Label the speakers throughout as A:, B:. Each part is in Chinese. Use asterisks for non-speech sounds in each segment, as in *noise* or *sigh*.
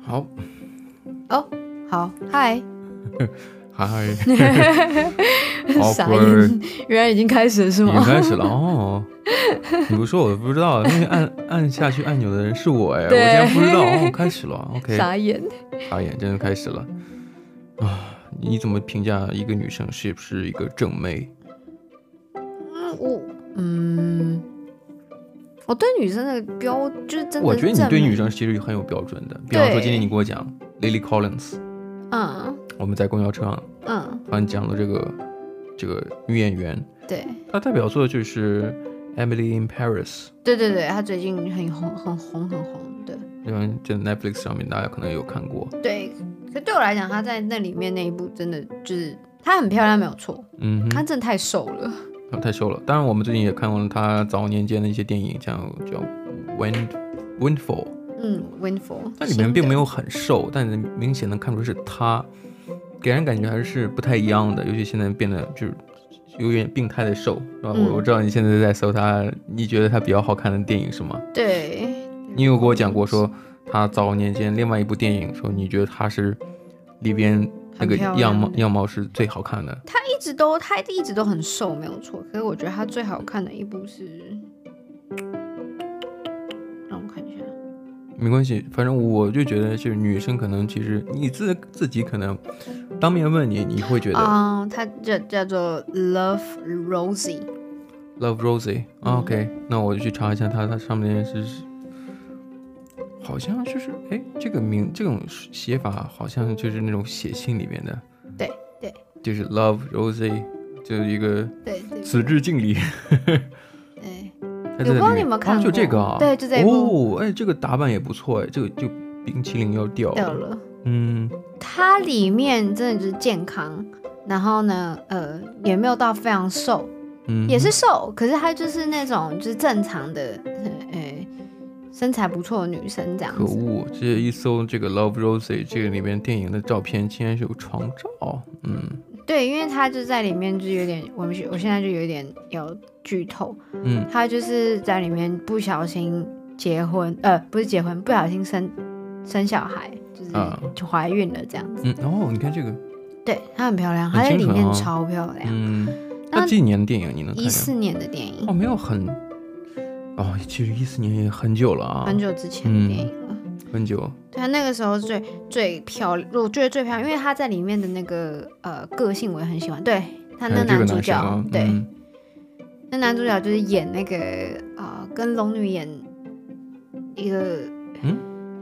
A: 好，
B: 哦，好，嗨，
A: 嗨，
B: *laughs* 傻
A: Awkward
B: 眼，原来已经开始了是
A: 已经
B: 吗？
A: 开始了哦。你不说我都不知道，那个按按下去按钮的人是我哎，我竟然不知道哦，开始
B: *laughs*
A: 了，OK，
B: 傻眼，
A: 傻眼，真的开始了啊！你怎么评价一个女生是不是一个正妹？
B: 嗯我嗯，我对女生的标就是真的，
A: 我觉得你对女，生其实很有标准的，比方说今天你给我讲 Lily Collins，
B: 嗯
A: 我们在公交车上
B: 嗯，
A: 突然讲了这个这个女演员，
B: 对
A: 她代表作就是 Emily in Paris。
B: 对对对，她最近很红很红很红，对
A: 因为在 Netflix 上面大家可能有看过，
B: 对，可对我来讲，她在那里面那一部真的就是她很漂亮没有错，
A: 嗯
B: 她
A: 哼，
B: 真的太瘦了，
A: 啊太秀了。当然，我们最近也看过了他早年间的一些电影，像叫《Wind Windfall》，
B: 嗯，Winful，
A: 那里面并没有很瘦，但是明显能看出是他，给人感觉还是不太一样的。尤其现在变得就是有点病态的瘦，是吧？我、
B: 嗯
A: 我知道你现在在搜他，你觉得他比较好看的电影是吗？
B: 对，
A: 你有跟我讲过说他早年间另外一部电影，说你觉得他是里边那
B: 很
A: 个
B: 漂
A: 样
B: 亮
A: 貌
B: 的
A: 样貌是最好看的。
B: 她一直都她一直都很瘦没有错，可是我觉得她最好看的一部是，让我看一下。
A: 没关系，反正我就觉得，就是女生可能其实你自自己可能当面问你，你会觉得
B: 啊、它叫叫做 Love Rosie，
A: Love Rosie
B: 嗯
A: 啊、OK，那我就去查一下它，它上面是好像就是哎，这个名这种写法好像就是那种写信里面的，
B: 对对
A: 就是 Love Rosie，就是一个
B: 对对，哎
A: 此致敬
B: *laughs*
A: 礼。
B: 对，
A: 它在
B: 我不知
A: 里
B: 道
A: 面
B: 你有没有
A: 哦
B: 看
A: 就这个
B: 过
A: 啊，
B: 对就这一部
A: 哦，哎，这个打版也不错哎，这个就冰淇淋要掉了，
B: 掉了。
A: 嗯，
B: 它里面真的就是健康，然后呢，呃，也没有到非常瘦，
A: 嗯
B: 也是瘦，可是她就是那种就是正常的，呃，呃身材不错的女生这样
A: 可
B: 子。
A: 恶！这一搜这个《Love Rosie》这个里面电影的照片，竟然是有床照。嗯
B: 对，因为她就在里面就有点，我们我现在就有点要剧透，
A: 嗯，
B: 他就是在里面不小心结婚，呃，不是结婚，不小心生生小孩，就是
A: 啊
B: 就怀孕了这样子。
A: 嗯，哦，你看这个，
B: 对，她很漂亮，她
A: 很
B: 在
A: 清
B: 里
A: 纯
B: 面
A: 哦
B: 超漂亮。
A: 嗯，
B: 那
A: 那这几年的电影你能看
B: 一
A: 见
B: 四、
A: 吗？
B: 年的电影，
A: 哦，没有很，哦，其实一四年也很久了啊，
B: 很久之前的电影了。
A: 很久。
B: 对，她那个时候最最漂亮，我觉得最漂亮，因为她在里面的那个呃个性我也很喜欢。对，她
A: 还
B: 那
A: 有这个
B: 主
A: 男
B: 角，
A: 生啊，
B: 对，
A: 嗯
B: 那男主角就是演那个呃跟龙女演一个，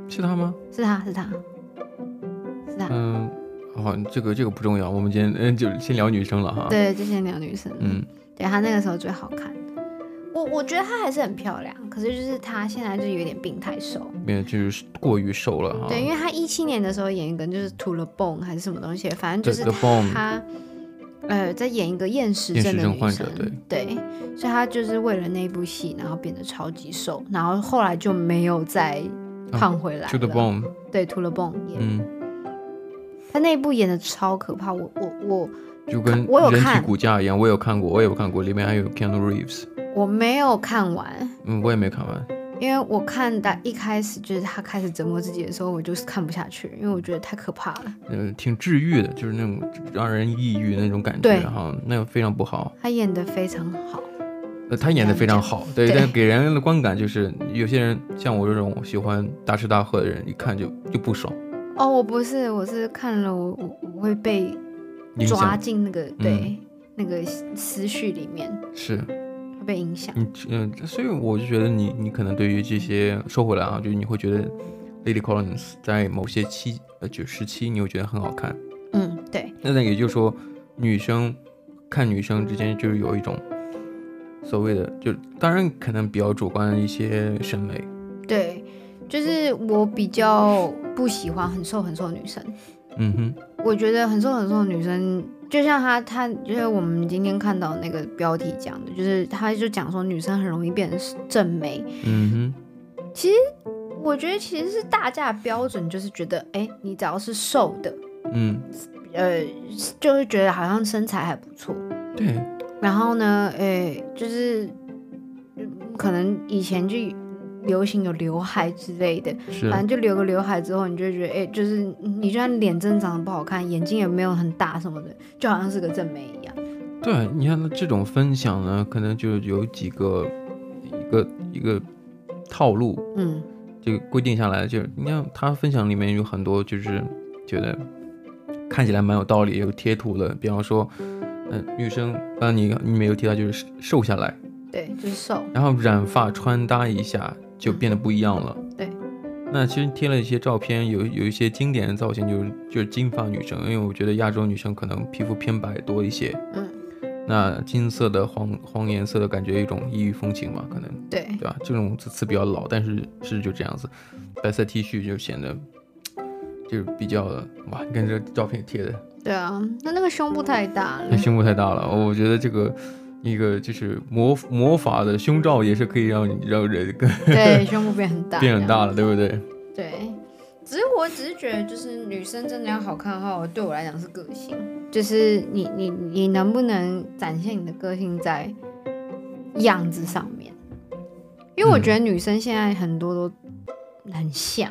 A: 是他吗？
B: 是他是他是他，
A: 嗯，好，这个这个不重要，我们今天嗯就先聊女生了哈。，
B: 对，这些两女生，
A: 啊嗯，
B: 对她那个时候最好看。我我觉得她还是很漂亮，可是就是她现在就有点病态瘦。
A: 也就是过于瘦了哈。
B: 对，因为她一七年的时候演一个就是吐了泵还是什么东西，反正就
A: The-
B: 是
A: The Bomb
B: 她呃在演一个厌食
A: 厌
B: 症
A: 食
B: 的
A: 症
B: 女
A: 患者
B: 生，所以她就是为了那部戏，然后变得超级瘦，然后后来就没有再
A: 啊
B: 胖回来
A: To
B: 了。
A: the Bone，
B: 对，吐了泵演，
A: 嗯，
B: 她那一部演的超可怕，我我我
A: 就跟
B: 我有
A: 人体
B: 看
A: 骨架一样，我有看过，我也有看过，里面还有 Keanu Reeves。
B: 我没有看完，
A: 嗯，我也没看完。
B: 因为我看他一开始就是他开始折磨自己的时候，我就是看不下去，因为我觉得太可怕了。
A: 嗯，挺治愈的，就是那种让人抑郁那种感觉
B: 对
A: 哈，那个非常不好。
B: 他演的非常好，
A: 呃，他演的非常好，对，
B: 对
A: 但给人的观感就是，有些人像我这种喜欢大吃大喝的人，一看就就不爽，
B: 哦，我不是，我是看了我我我会被
A: 影
B: 抓
A: 响嗯
B: 进那个对、那个思绪里面，
A: 是
B: 会被影响。
A: 你嗯、所以我就觉得你你可能对于这些说回来啊，就是你会觉得 Lady Collins 在某些期呃就时期，你会觉得很好看。
B: 嗯，对，
A: 那那也就是说，女生看女生之间就是有一种所谓的，就当然可能比较主观的一些审美，
B: 对，就是我比较不喜欢很瘦很瘦的女生，
A: 嗯哼，
B: 我觉得很瘦很瘦的女生，就像她她就是我们今天看到那个标题讲的，就是她就讲说女生很容易变成正美，
A: 嗯
B: 我觉得其实是大家的标准就是觉得，哎、你只要是瘦的，
A: 哼，嗯，
B: 呃，就会觉得好像身材还不错。
A: 对，
B: 然后呢，诶，就是嗯可能以前就流行有刘海之类的，
A: 是
B: 反正就留个刘海之后，你就会觉得，诶，就是你就算脸真长得不好看，眼睛也没有很大什么的，就好像是个正妹一样。
A: 对，你看这种分享呢，可能就有几个一个一个套路，
B: 嗯，
A: 这个规定下来，就是你看他分享里面有很多，就是觉得看起来蛮有道理，有贴图的，比方说，嗯、女生，刚刚你你没有提到就是瘦下来，
B: 对，就是瘦，
A: 然后染发穿搭一下就变得不一样了。
B: 对。
A: 那其实贴了一些照片，有有一些经典的造型，就是就是金发女生，因为我觉得亚洲女生可能皮肤偏白多一些。
B: 嗯。
A: 那金色的黄黄颜色的感觉，一种异域风情嘛，可能
B: 对，
A: 对吧？这种词词比较老，但是是就这样子，白色 T 恤就显得就是比较哇，你看这照片贴的，
B: 对啊，那那个胸部太大了
A: *laughs* 那。胸部太大了，我觉得这个一个就是魔魔法的胸罩也是可以让你让人更
B: 对，胸部变很大，
A: 变很大了，。对不对？
B: 对，只是我只是觉得，就是女生真的要好看的话，我对我来讲是个性，就是你你你能不能展现你的个性在样子上面？因为我觉得女生现在很多都很像，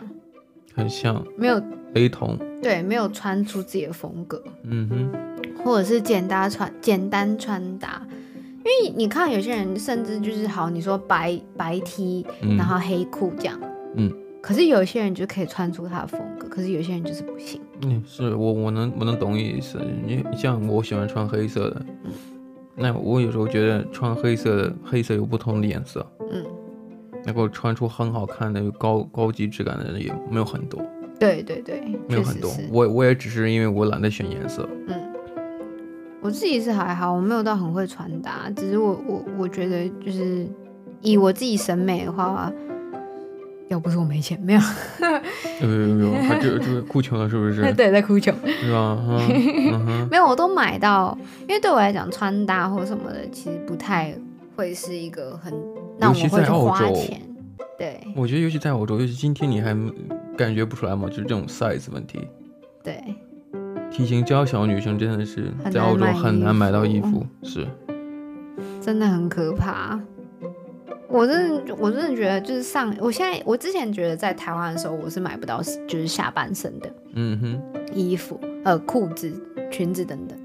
A: 很像
B: 没有
A: 雷同，
B: 对，没有穿出自己的风格，
A: 嗯哼，
B: 或者是简单穿简单穿搭。因为你看有些人甚至就是好，你说白白 T，
A: 嗯，
B: 然后黑裤这样。
A: 嗯。
B: 可是有些人就可以穿出他的风格，可是有些人就是不行。
A: 嗯，是我我能我能懂你意思。你像我喜欢穿黑色的，那我有时候觉得穿黑色的，黑色有不同的颜色，
B: 嗯，
A: 能够穿出很好看的高高级质感的人也没有很多，
B: 对对对，
A: 没有
B: 确
A: 很
B: 实
A: 多
B: 是。。
A: 我我也只是因为我懒得选颜
B: *laughs*
A: 色，
B: 我自己是还好，我没有到很会穿搭，只是我我我觉得就是以我自己审美的话，要不是我没钱，没有
A: 有有有，还这这个哭穷了是不是？
B: *laughs* 对在哭穷，
A: 是吧？嗯嗯哼， *laughs*
B: 没有我都买到，因为对我来讲穿搭或什么的其实不太会是一个很让
A: 尤其
B: 我会
A: 在
B: 去
A: 澳
B: 花
A: 洲
B: 钱。对
A: 我觉得尤其在欧洲，尤其今天你还感觉不出来吗？就是这种 size 问题，
B: 对，
A: 体型娇小的女生真的是
B: 很
A: 在
B: 难
A: 欧洲
B: 买
A: 很
B: 衣
A: 难买到衣
B: 服
A: 服，是。
B: 真的很可怕。我真的，我真的觉得就是上，我现在我之前觉得在台湾的时候，我是买不到就是下半身的
A: 嗯哼，
B: 衣服，呃，裤子、裙子等等。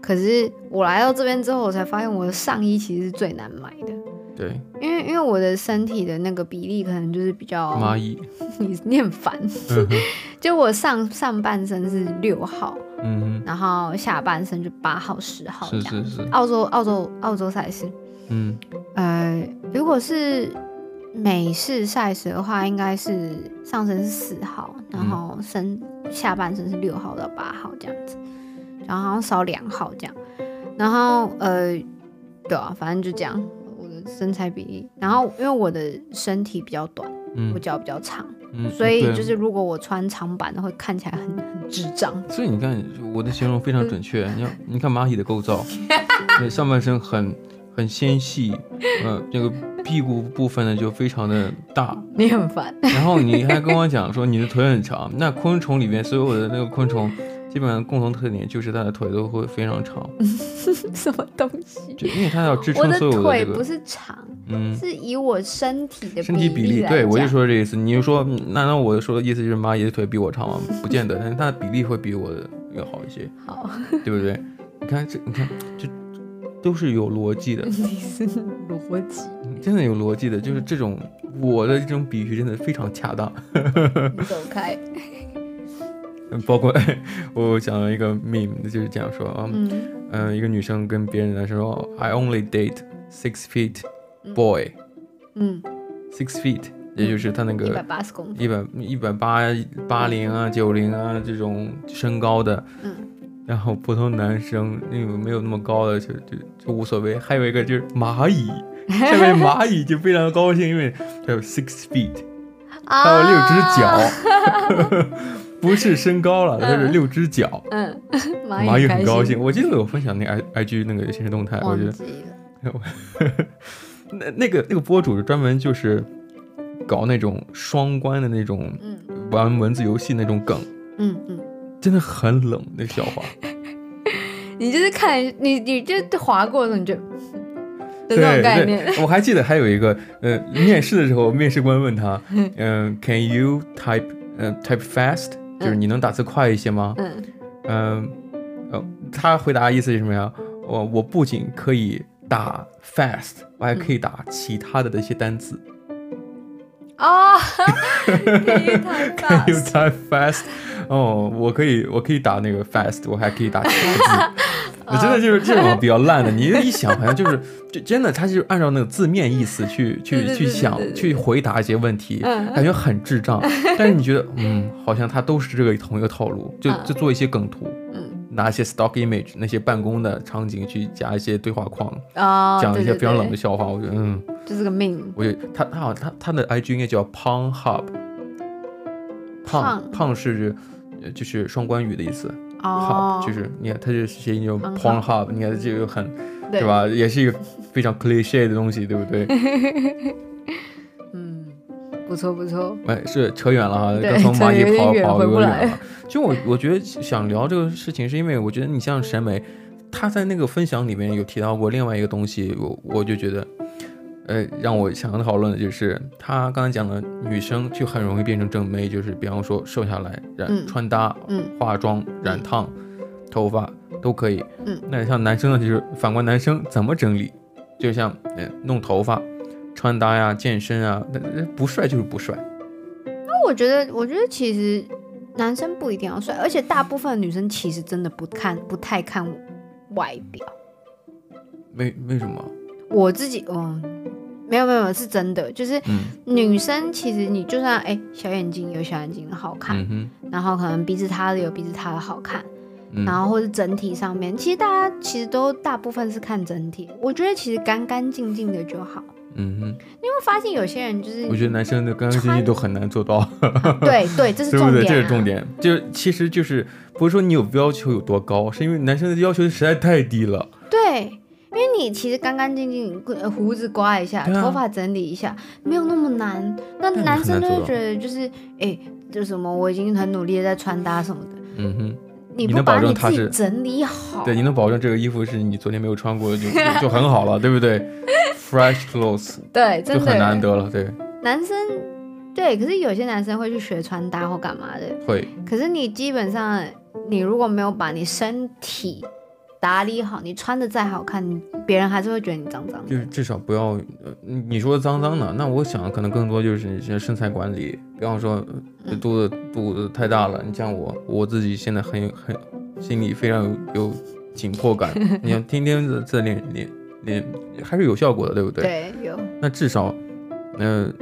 B: 可是我来到这边之后，我才发现我的上衣其实是最难买的，
A: 对，
B: 因为因为我的身体的那个比例可能就是比较，
A: 蚂蚁，
B: *laughs* 你你很烦，
A: 嗯哼
B: 就我上上半身是六号， *laughs*
A: 嗯
B: 然后下半身就八号、十号
A: 哼，
B: 这
A: 是
B: 样。
A: 是是，
B: 澳洲澳洲澳洲赛事，
A: 嗯，
B: 呃，如果是美式 size 的话，应该是上身是四号，然
A: 嗯
B: 后身、下半身是六号到八号这样子，然后好像少两号这样，然后呃，对啊，反正就这样，我的身材比例，然后因为我的身体比较短，我
A: 嗯
B: 脚比较长，
A: 嗯，
B: 所以
A: 对
B: 就是如果我穿长版的会看起来很很智障，
A: 所以你看我的形容非常准确，你看你看蚂蚁的构
B: *laughs*
A: 造，对上半身很很纤细，呃，这个屁股部分呢就非常的大，
B: 你很烦， *laughs*
A: 然后你还跟我讲说你的腿很长，那昆虫里面所有的那个昆虫，基本上共同特点就是它的腿都会非常长，
B: 什么东西？
A: 就因为它要支
B: 我
A: 撑
B: 的
A: 所有
B: 腿
A: 这
B: 不
A: 个，
B: 是长，
A: 嗯。
B: 是以我身体的
A: 身体比例，
B: 来
A: 对我就
B: 讲
A: 说这意思。你就说，嗯难道我说的意思就是蚂蚁的腿比我长吗？不见得，但是它的比例会比我的要好一些，
B: 好，
A: 对不对？ *laughs* 你看这，你看这都是有逻辑的，
B: 你是逻辑，
A: 真的有逻辑的。就是这种我的这种比喻真的非常恰当。 *laughs*
B: 你走开。
A: 包括我讲了一个 meme，就是这样说啊，嗯、
B: 嗯，
A: 一个女生跟别人来说，I only date six feet boy，six
B: 嗯，
A: feet，也就是他那
B: 一百
A: 个
B: 八十公分，
A: 一百一百八八零啊、九零啊这种身高的，
B: 嗯，
A: 然后普通男生因为没有那么高的就就就无所谓。还有一个就是蚂蚁，下面蚂蚁就非常高兴，因为它有 six feet，它
B: *laughs*
A: 有六只脚，
B: 啊， *laughs*
A: *laughs* 不是身高了，它是六只脚。
B: 嗯， *laughs*
A: 蚂
B: 蚂
A: 蚁
B: 蚁
A: 很
B: 开
A: 高
B: 心，
A: 兴，我记得我分享那 i i g 那个现实动态，我觉
B: 忘
A: 得
B: 记了，
A: 那那个那个博主专门就是搞那种双关的那种
B: 嗯
A: 玩文字游戏那种梗，
B: 嗯嗯，
A: 真的很冷那个笑话。
B: 你就是看你你就划过了，你就的
A: 对
B: 那种概念。
A: 对，我还记得还有一个，呃，面试的时候，面试官问他，嗯、c a n you type，呃，type fast，就是你能打字快一些吗？
B: 嗯，
A: 嗯，呃，他回答意思是什么呀？我我不仅可以打 fast，我还可以打其他的那些单词。
B: 哦，第一台
A: *laughs* Can you
B: 吧，
A: type fast？哦，我可以，我可以打那个 fast，我还可以
B: *laughs*
A: 打其他
B: 啊
A: 字。我真的就是这种比较烂的，你一想好像就是，
B: *laughs*
A: 就真的他就是按照那个字面意思去
B: 对
A: 去
B: 对
A: 去
B: 对
A: 想
B: 对对
A: 去回答一些问题，
B: 嗯
A: 感觉很智
B: *laughs*
A: 障。但是你觉得，嗯，好像他都是这个同一个套路，就
B: 嗯
A: 就做一些梗图，
B: 嗯，
A: 拿一些 stock image 那些办公的场景去加一些对话框，
B: 哦，
A: 讲一
B: 对
A: 些
B: 对
A: 非常冷的
B: 对
A: 笑话。我觉得，嗯，
B: 就是个命。
A: 我觉得他他好像他他的 IG 应该叫 Pong Hub，胖
B: 胖
A: 胖是呃就是双关语的意思、
B: 哦
A: hub，就是你看它就是谐音就
B: Pong
A: Pong Hub，你看这个很
B: 对
A: 对？吧？也是一个非常 cliche 的东西，对不对？
B: 嗯，不错不错。
A: 哎，是扯远了哈，
B: 对
A: 刚从
B: 扯
A: 蚂
B: 得有
A: 蚁
B: 点
A: 跑
B: 远
A: 跑
B: 回
A: 有
B: 不
A: 点
B: 来
A: 远了。就我我觉得想聊这个事情，是因为我觉得你像审美，他在那个分享里面有提到过另外一个东西，我我就觉得，呃，让我想要讨论的就是他刚才讲的女生就很容易变成正妹，就是比方说瘦下来、染、
B: 嗯
A: 穿搭、
B: 嗯
A: 化妆、染烫、头发都可以。
B: 嗯，
A: 那像男生呢，就是反观男生怎么整理，就像呃弄头发。穿搭呀、健身啊，那那不帅就是不帅。
B: 那我觉得，我觉得其实男生不一定要帅，而且大部分女生其实真的不看不太看外表。
A: 为为什么？
B: 我自己，嗯，没有没有没有是真的，就是
A: 嗯
B: 女生其实你就算哎、小眼睛有小眼睛的好看，
A: 嗯哼，
B: 然后可能鼻子塌了有鼻子塌的好看，
A: 嗯
B: 然后或者整体上面，其实大家其实都大部分是看整体。我觉得其实干干净净的就好。
A: 嗯哼，
B: 因为发现有些人就是
A: 我觉得男生的干干净净
B: 穿
A: 都很难做到，
B: 对对，这是
A: 对不
B: 重点、
A: 对？
B: 啊，
A: 这是重点，就其实就是不是说你有要求有多高，是因为男生的要求实在太低了。
B: 对，因为你其实干干净净，呃胡子刮一下，
A: 对啊
B: 头发整理一下，没有那么难。那
A: 但你
B: 男
A: 很难
B: 生就
A: 做
B: 会
A: 到
B: 觉得就是，哎、就什么我已经很努力的在穿搭什么的，
A: 嗯哼，你
B: 你不
A: 能
B: 把
A: 保证
B: 你
A: 他
B: 自己
A: 是
B: 整理好，
A: 对，你能保证这个衣服是你昨天没有穿过的，就就就很好了，对不对？Fresh clothes
B: 对，
A: 就
B: 真
A: 很难
B: 的
A: 得了，对，
B: 男生。对，可是有些男生会去学穿搭或干嘛的。
A: 会，
B: 可是你基本上，你如果没有把你身体打理好，你穿的再好看，别人还是会觉得你脏脏的。
A: 就是至少不要，呃，你你说脏脏的，那我想可能更多就是一些身材管理，比方说呃肚子肚子太大了，你像我我自己现在很有很心里非常有有紧迫感，你要天天在在练练练，还是有效果的，对不对？
B: 对，有，
A: 那至少，嗯、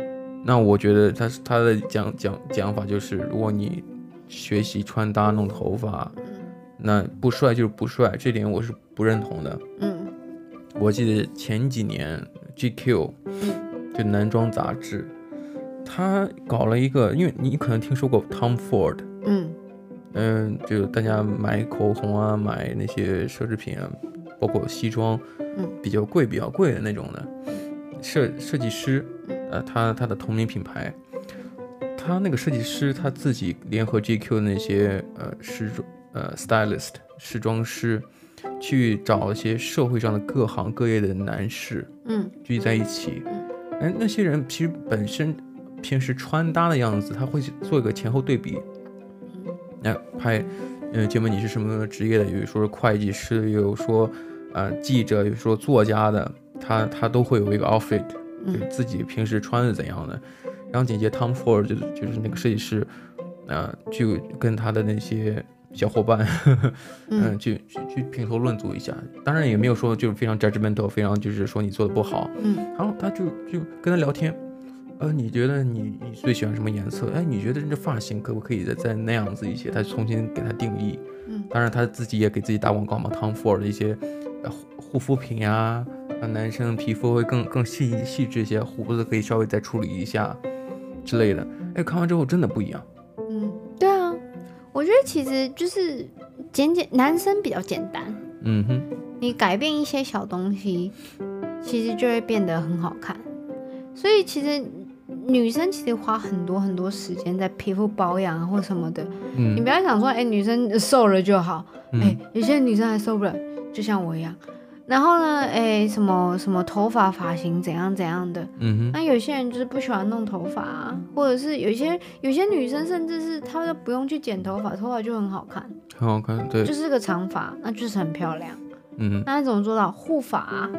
A: 那我觉得他他的讲讲讲法就是，如果你学习穿搭弄头发，那不帅就是不帅，这点我是不认同的。
B: 嗯
A: 我记得前几年 GQ 就男装杂志，他搞了一个，因为你可能听说过 Tom Ford，
B: 嗯
A: 嗯，就大家买口红啊，买那些奢侈品啊，包括西装，
B: 嗯，
A: 比较贵、比较贵的那种的设设计师，
B: 嗯
A: 呃，他他的同名品牌，他那个设计师他自己联合 GQ 的那些呃时装呃 stylist 时装师，去找一些社会上的各行各业的男士
B: 嗯
A: 聚在一起，哎，那些人其实本身平时穿搭的样子，他会去做一个前后对比，
B: 嗯
A: 那拍，嗯，请问你是什么职业的？有说是会计师的，有说呃记者，有说作家的，他他都会有一个 outfit，就
B: 嗯
A: 是自己平时穿是怎样的。然后紧接 Tom Ford 就是就是那个设计师，呃，就跟他的那些小伙伴，嗯，
B: 嗯
A: 去去去评头论足一下。当然也没有说就是非常 judgmental，非常就是说你做的不好，
B: 嗯
A: 然后他就就跟他聊天，呃，你觉得你你最喜欢什么颜色？哎，你觉得这发型可不可以再再那样子一些？他重新给他定义。
B: 嗯，
A: 当然他自己也给自己打广告嘛，Tom Ford 的一些呃护护肤品呀、让男生皮肤会更更细细致一些，胡子可以稍微再处理一下之类的。哎，看完之后真的不一样。
B: 嗯，对啊，我觉得其实就是简简，男生比较简单，
A: 嗯哼，
B: 你改变一些小东西，其实就会变得很好看。所以其实女生其实花很多很多时间在皮肤保养啊或什么的，你
A: 嗯
B: 不要想说，哎、女生呃瘦了就好，
A: 嗯
B: 哎、有些女生还瘦不了，就像我一样。然后呢，哎、什么什么头发发型怎样怎样的，
A: 嗯哼，
B: 那有些人就是不喜欢弄头发、啊，或者是有些有些女生甚至是她都不用去剪头发，头发就很好看，
A: 很好看，对
B: 就，是个长发，那就是很漂亮。
A: 嗯，
B: 那她怎么做到护发啊、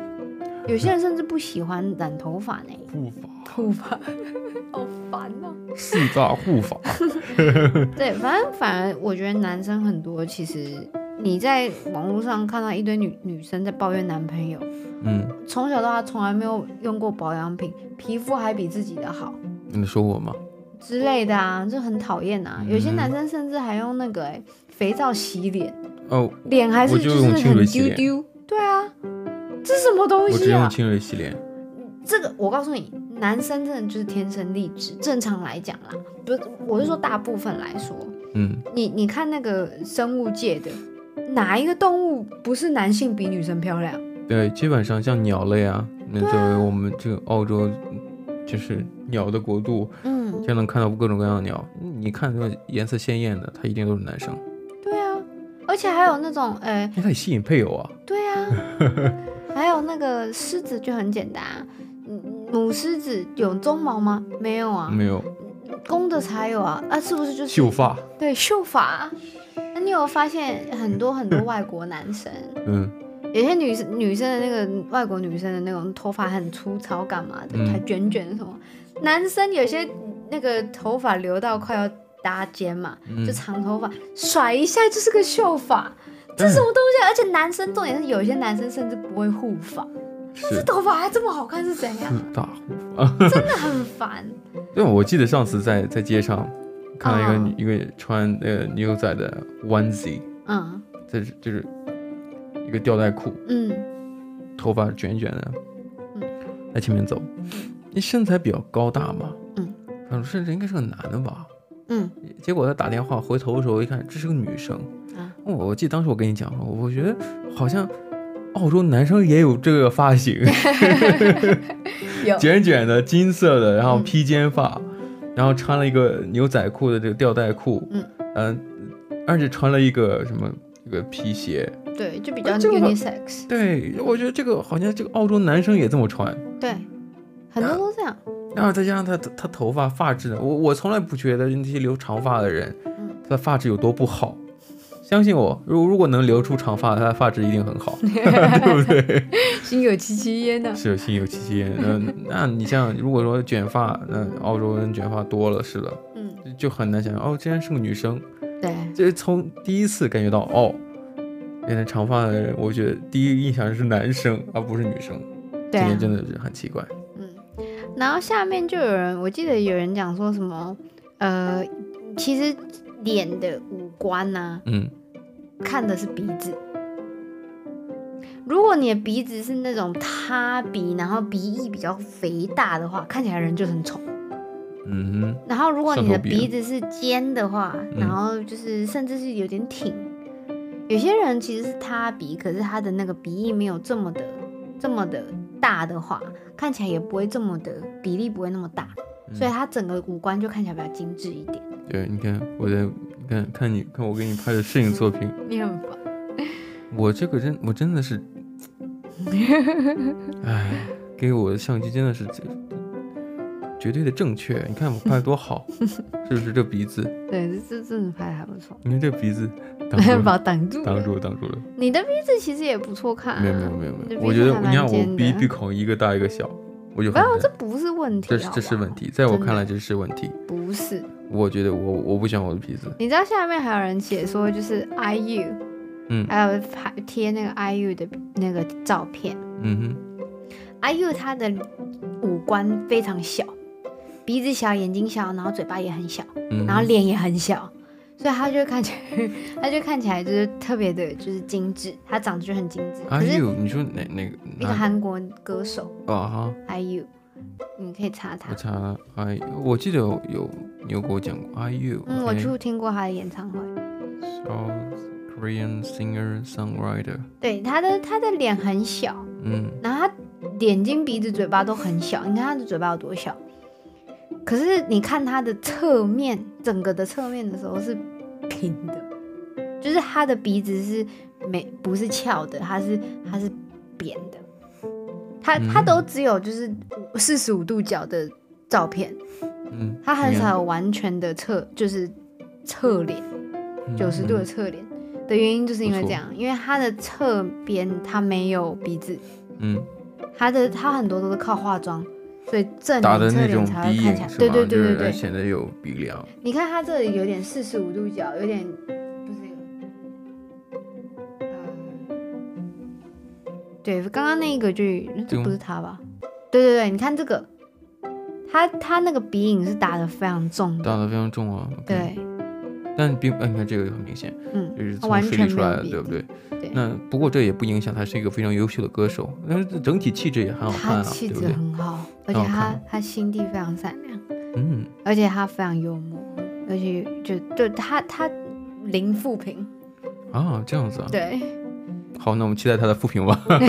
B: 有些人甚至不喜欢染头发呢， *laughs*
A: 护法
B: 护发好烦哦、
A: 四大护法，
B: 对，反正反而我觉得男生很多，其实你在网络上看到一堆女女生在抱怨男朋友，
A: 嗯，
B: 从小到大从来没有用过保养品，皮肤还比自己的好
A: 你说我吗？
B: 之类的啊，这很讨厌啊。有些
A: 嗯
B: 男生甚至还用那个、欸、肥皂洗脸，
A: 哦，
B: 脸还是
A: 我就
B: 就是
A: 用清
B: 很
A: 水洗
B: 丢
A: 脸
B: 丢。对啊，这什么东
A: 我只
B: 西啊
A: 用？清水洗脸，
B: 这个我告诉你，男生真的就是天生丽质。正常来讲啦，不是，我是说大部分来说，
A: 嗯，
B: 你你看那个生物界的，哪一个动物不是男性比女生漂亮？
A: 对，基本上像鸟类啊，那作为我们这个澳洲，就是鸟的国度，
B: 嗯，
A: 就能看到各种各样的鸟。你看那个颜色鲜艳的，它一定都是男生，
B: 对啊，而且还有那种，呃，
A: 因为它也吸引配偶啊。
B: 对啊， *laughs* 还有那个狮子就很简单、啊，嗯母狮子有鬃毛吗？没有啊，
A: 没有
B: 公的才有啊，啊，是不是就是
A: 秀发，
B: 对秀发啊？那你有没有发现很多很多外国男生，
A: 嗯，
B: 有些女生女生的那个外国女生的那种头发很粗糙，干嘛的，
A: 嗯
B: 还卷卷什么。男生有些那个头发留到快要搭肩嘛，
A: 嗯
B: 就长头发甩一下就是个秀发，这什么东西啊？而且男生重点是有一些男生甚至不会护发，这
A: 是
B: 头发还这么好看是怎样
A: 四
B: *laughs* 啊？
A: 大户。
B: 真的很烦。
A: 对，我记得上次在在街上看到一个、
B: 啊
A: 一个穿呃牛仔的 onesie，
B: 嗯
A: 这是就是一个吊带裤，
B: 嗯，
A: 头发卷卷的，
B: 嗯，
A: 在前面走，你身材比较高大嘛，
B: 嗯，
A: 我说这应该是个男的吧，
B: 嗯，
A: 结果他打电话回头的时候一看，这是个女生，
B: 啊
A: 我我记得当时我跟你讲过，我觉得好像澳洲男生也有这个发型，
B: *laughs* 嗯有
A: 卷卷的金色的，然后
B: 嗯
A: 披肩发，然后穿了一个牛仔裤的这个吊带裤，
B: 嗯
A: 嗯、而且穿了一个什么一个皮鞋，
B: 对，就比较
A: 哎这个
B: unisex，
A: 对我觉得这个好像这个澳洲男生也这么穿，
B: 对，很多都这样。
A: 然后再加上他他头发发质，我我从来不觉得那些留长发的人
B: 嗯，
A: 他的发质有多不好。相信我，如如果能留出长发，他的发质一定很
B: *laughs*
A: 好，对不对？ *laughs*
B: 心有戚戚焉啊呢。
A: 是心有戚戚焉。嗯，那你像如果说卷发，那澳洲人卷发多了是的，
B: 嗯，
A: 就很难想象哦，竟然是个女生。
B: 对，
A: 这从第一次感觉到哦，原来长发的人，我觉得第一印象是男生而不是女生，这
B: 对、啊
A: 点。真的是很奇怪。
B: 嗯，然后下面就有人，我记得有人讲说什么，呃，其实脸的五官呐、
A: 嗯，
B: 看的是鼻子。如果你的鼻子是那种塌鼻，然后鼻翼比较肥大的话，看起来人就很丑。
A: 嗯
B: 然后如果你的
A: 蒜头鼻啊
B: 鼻子是尖的话，
A: 嗯
B: 然后就是甚至是有点挺。有些人其实是塌鼻，可是他的那个鼻翼没有这么的这么的大的话，看起来也不会这么的比例不会那么大，
A: 嗯
B: 所以他整个五官就看起来比较精致一点。
A: 哼，对，你看我的，你看看你看我给你拍的摄影作品，
B: 你很烦，
A: 我这个真我真的是，哎，给我的相机真的是绝绝对的正确。你看我拍的多
B: *laughs*
A: 好，是不是？这鼻子，
B: 对，这这真的拍的还不错，
A: 你看这鼻
B: *laughs*
A: 子挡住
B: 把
A: 了，
B: 我挡住
A: 挡
B: 了。
A: 住了，挡住了。
B: 你的鼻子其实也不错看、啊，
A: 没有没有没有没
B: 你的
A: 有，
B: 鼻
A: 我
B: 子
A: 觉得
B: 还
A: 你
B: 蛮
A: 看我
B: 尖
A: 鼻
B: 的
A: 鼻孔一个大一个小，我就
B: 没
A: 很
B: 有，
A: 难
B: 这不是问题，
A: 这是这是
B: 好不好
A: 问，题，在我
B: 真
A: 看
B: 的
A: 来这是问题。
B: 不是。
A: 我觉得我我不喜欢我的鼻子，
B: 你知道下面还有人写说，就是 IU，
A: 嗯
B: 还有还贴那个 IU 的那个照片
A: 嗯
B: ，IU 她的五官非常小，鼻子小，眼睛小，然后嘴巴也很小，
A: 哼，嗯
B: 然后
A: 哼，
B: 脸也很小，所以她就看起来， *laughs* 她就看起来就是特别的，就是精致，她长得就很精致。可
A: 哎
B: 是
A: 呦，你说哪哪个
B: 一个
A: 哪
B: 韩国歌手
A: 个啊哈？
B: IU，你可以查
A: 我
B: 他，
A: 查了，哎，我记得有有你有给我讲过，IU，哎
B: 嗯，我去听过他的演唱会。
A: South Korean singer songwriter，
B: 对，他的他的脸很小，
A: 嗯
B: 然后他眼睛、鼻子、嘴巴都很小，你看他的嘴巴有多小？可是你看它的侧面，整个的侧面的时候是平的，就是它的鼻子是没不是翘的，它是它是扁的，它它
A: 嗯
B: 都只有就是四十五度角的照片，
A: 嗯，
B: 它很
A: 明白
B: 少有完全的侧就是侧脸。
A: 嗯
B: 九十度的，侧脸的原因，就是因为
A: 不错
B: 这样，因为它的侧边它没有鼻子，
A: 嗯嗯，
B: 它的它很多都是靠化妆，所以正
A: 打的
B: 脸侧
A: 那种
B: 脸才会
A: 鼻
B: 看
A: 影
B: 起来。
A: 是吧？
B: 对对对对
A: 就是哎
B: 对，
A: 显得有鼻梁。
B: 你看它这里有点四十五度角，有点不是有，呃，对，刚刚那个就
A: 这
B: 这
A: 个
B: 不是它吧？对对对，你看这个，它它那个鼻影是打的非常重的，
A: 打的非常重啊。OK，
B: 对，
A: 但并哎，你看这个很明显，
B: 嗯，
A: 就是
B: 它
A: 从
B: 完
A: 水
B: 全
A: 里出
B: 没有
A: 来的，
B: 鼻
A: 对不对？
B: 对
A: 那不过这也不影响他是一个非常优秀的歌手，但是整体气质也很好看
B: 他
A: 啊，
B: 气
A: 对不
B: 质
A: 对？
B: 很好，
A: 很
B: 而且
A: 好
B: 他
A: 看
B: 他心地非常善良，
A: 嗯，
B: 而且他非常幽默，而且就就他他零负评，
A: 啊，这样子啊。
B: 对，
A: 好，那我们期待他的复评吧。
B: 他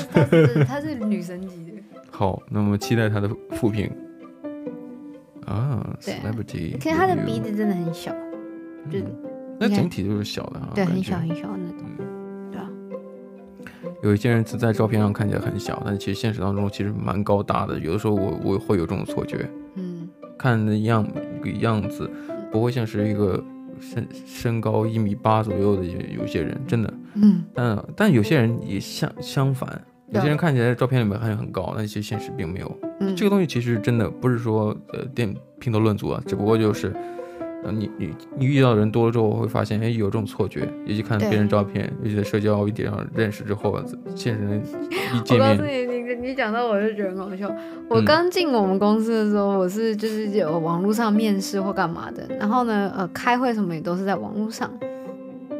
B: 他是他是女神级的。
A: 好，那我们期待他的复评。啊
B: 对啊
A: ，celebrity，
B: 可是他的
A: review
B: 鼻子真的很小，就
A: 那
B: 应该
A: 整体哦就是小的啊，
B: 对，
A: 感
B: 很
A: 觉
B: 小很小的那种。
A: 有一些人在照片上看起来很小，但其实现实当中其实蛮高大的。有的时候我我会有这种错觉，
B: 嗯，
A: 看的样样子不会像是一个身身高一米八左右的有有些人，真的。
B: 嗯，
A: 但但有些人也相相反，有些人看起来照片里面看起来很高，但其实现实并没有。
B: 嗯
A: 这个东西其实真的不是说呃电评头论足啊，只不过就是。呃，你你你遇到的人多了之后，会发现，哎，有这种错觉，尤其看
B: 对
A: 别人照片，尤其在社交媒体上认识之后，啊现实人一见
B: 我告诉
A: 面，
B: 你，你你你讲到我就觉得很好笑。我
A: 嗯
B: 刚进我们公司的时候，我是就是有网络上面试或干嘛的，然后呢，呃，开会什么也都是在网络上。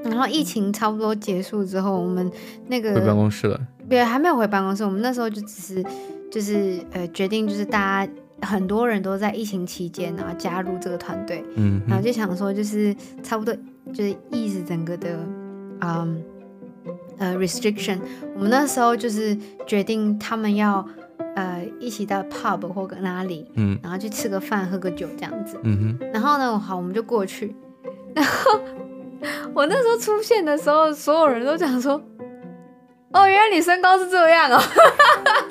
B: 然后疫情差不多结束之后，我们那
A: 回办
B: 个
A: 公室了，
B: 也还没有回办公室，我们那时候就只是就是呃决定就是大家很多人都在疫情期间，然后加入这个团队，
A: 嗯
B: 然
A: 哼
B: 后就想说，就是差不多就是意识整个的，嗯呃 restriction。我们那时候就是决定他们要呃一起到 pub 或个哪里，
A: 嗯
B: 然后去吃个饭、喝个酒这样子。
A: 嗯
B: 然后呢，好，我们就过去。然后我那时候出现的时候，所有人都讲说：“哦，原来你身高是这样哦，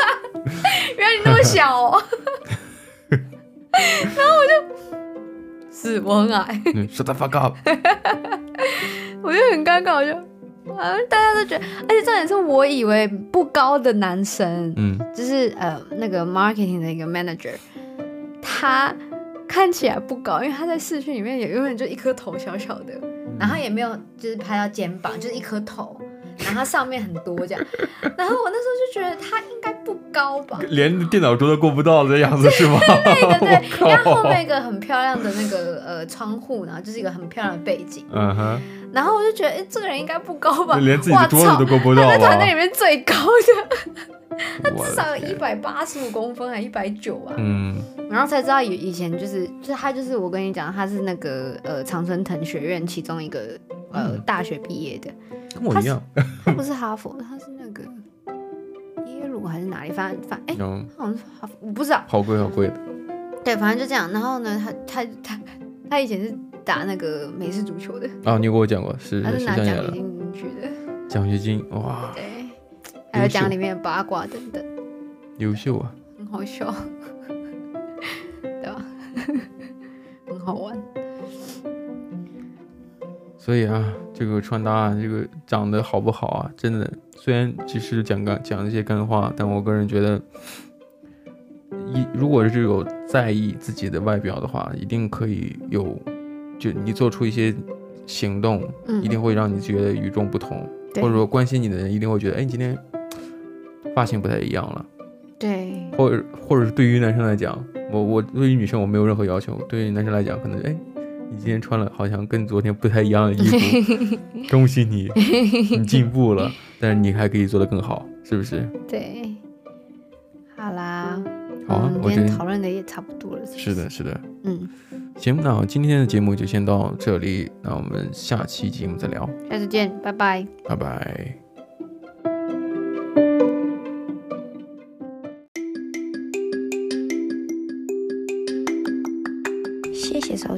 B: *laughs* 原来你那么小哦。” *laughs* 然后我就，是我很矮， *laughs*
A: 哼，s h u t the fuck up，
B: 我就很尴尬，我就啊，大家都觉得，而且重点是我以为不高的男生，
A: 嗯，
B: 就是呃那个 marketing 的一个 manager，他看起来不高，因为他在视讯里面也永远就一颗头小小的，
A: 嗯
B: 然后也没有就是拍到肩膀，就是一颗头，然后他上面很多这样， *laughs* 然后我那时候就觉得他应该不高吧，
A: *laughs* 连电脑桌都够不到的样子是吗？
B: 那个对，
A: *laughs* 我
B: 因为他后
A: 靠
B: 面一个很漂亮的那个呃窗户，然后就是一个很漂亮的背景，
A: 嗯哼，
B: 然后我就觉得哎这个人应该不高吧，
A: 那连自己的桌子都够不
B: 哇操
A: 到
B: *laughs* 他在
A: 啊
B: 团队！里面最高的，
A: 我
B: 至少有一百八十五公分还一百九啊吧。
A: 嗯
B: 然后才知道以以前就是就是他就是我跟你讲他是那个呃常春藤学院其中一个呃
A: 嗯
B: 大学毕业的，
A: 跟我一样，
B: 他不是哈佛，他是那个耶鲁还是哪里，反正反哎、
A: 嗯，
B: 好像是哈佛，我不知道，
A: 好贵好贵的，
B: 对，反正就这样。然后呢，他他他他以前是打那个美式足球的，
A: 啊，你给我讲过是
B: 他
A: 是
B: 是拿
A: 想起来
B: 奖学
A: 了，
B: 金进去的，
A: 奖学金哇，
B: 对，还有
A: 优秀
B: 讲里面的八卦等等，
A: 优秀啊！
B: 很好笑，嗯 *laughs* 对吧？很好玩，
A: 所以啊，这个穿搭啊，这个长得好不好啊，真的，虽然只是讲干讲一些干话，但我个人觉得，一如果是有在意自己的外表的话，一定可以有，就你做出一些行动，
B: 嗯，
A: 一定会让你觉得与众不同，
B: 对
A: 或者说关心你的人一定会觉得，哎，你今天发型不太一样了，
B: 对。
A: 或者或者是对于男生来讲，我我对于女生我没有任何要求，对于男生来讲，可能哎，你今天穿了好像跟昨天不太一样的衣服，
B: *laughs*
A: 恭喜你，你进步了，但是你还可以做得更好，是不是？
B: 对，好啦，
A: 好啊
B: 我，们
A: 我
B: 嗯今
A: 觉
B: 天
A: 得
B: 讨论的也差不多了，
A: 是的，，是的。
B: 嗯，
A: 行，那好今天的节目就先到这里，那我们下期节目再聊，
B: 下次见，拜拜。
A: 拜拜。
B: 谢收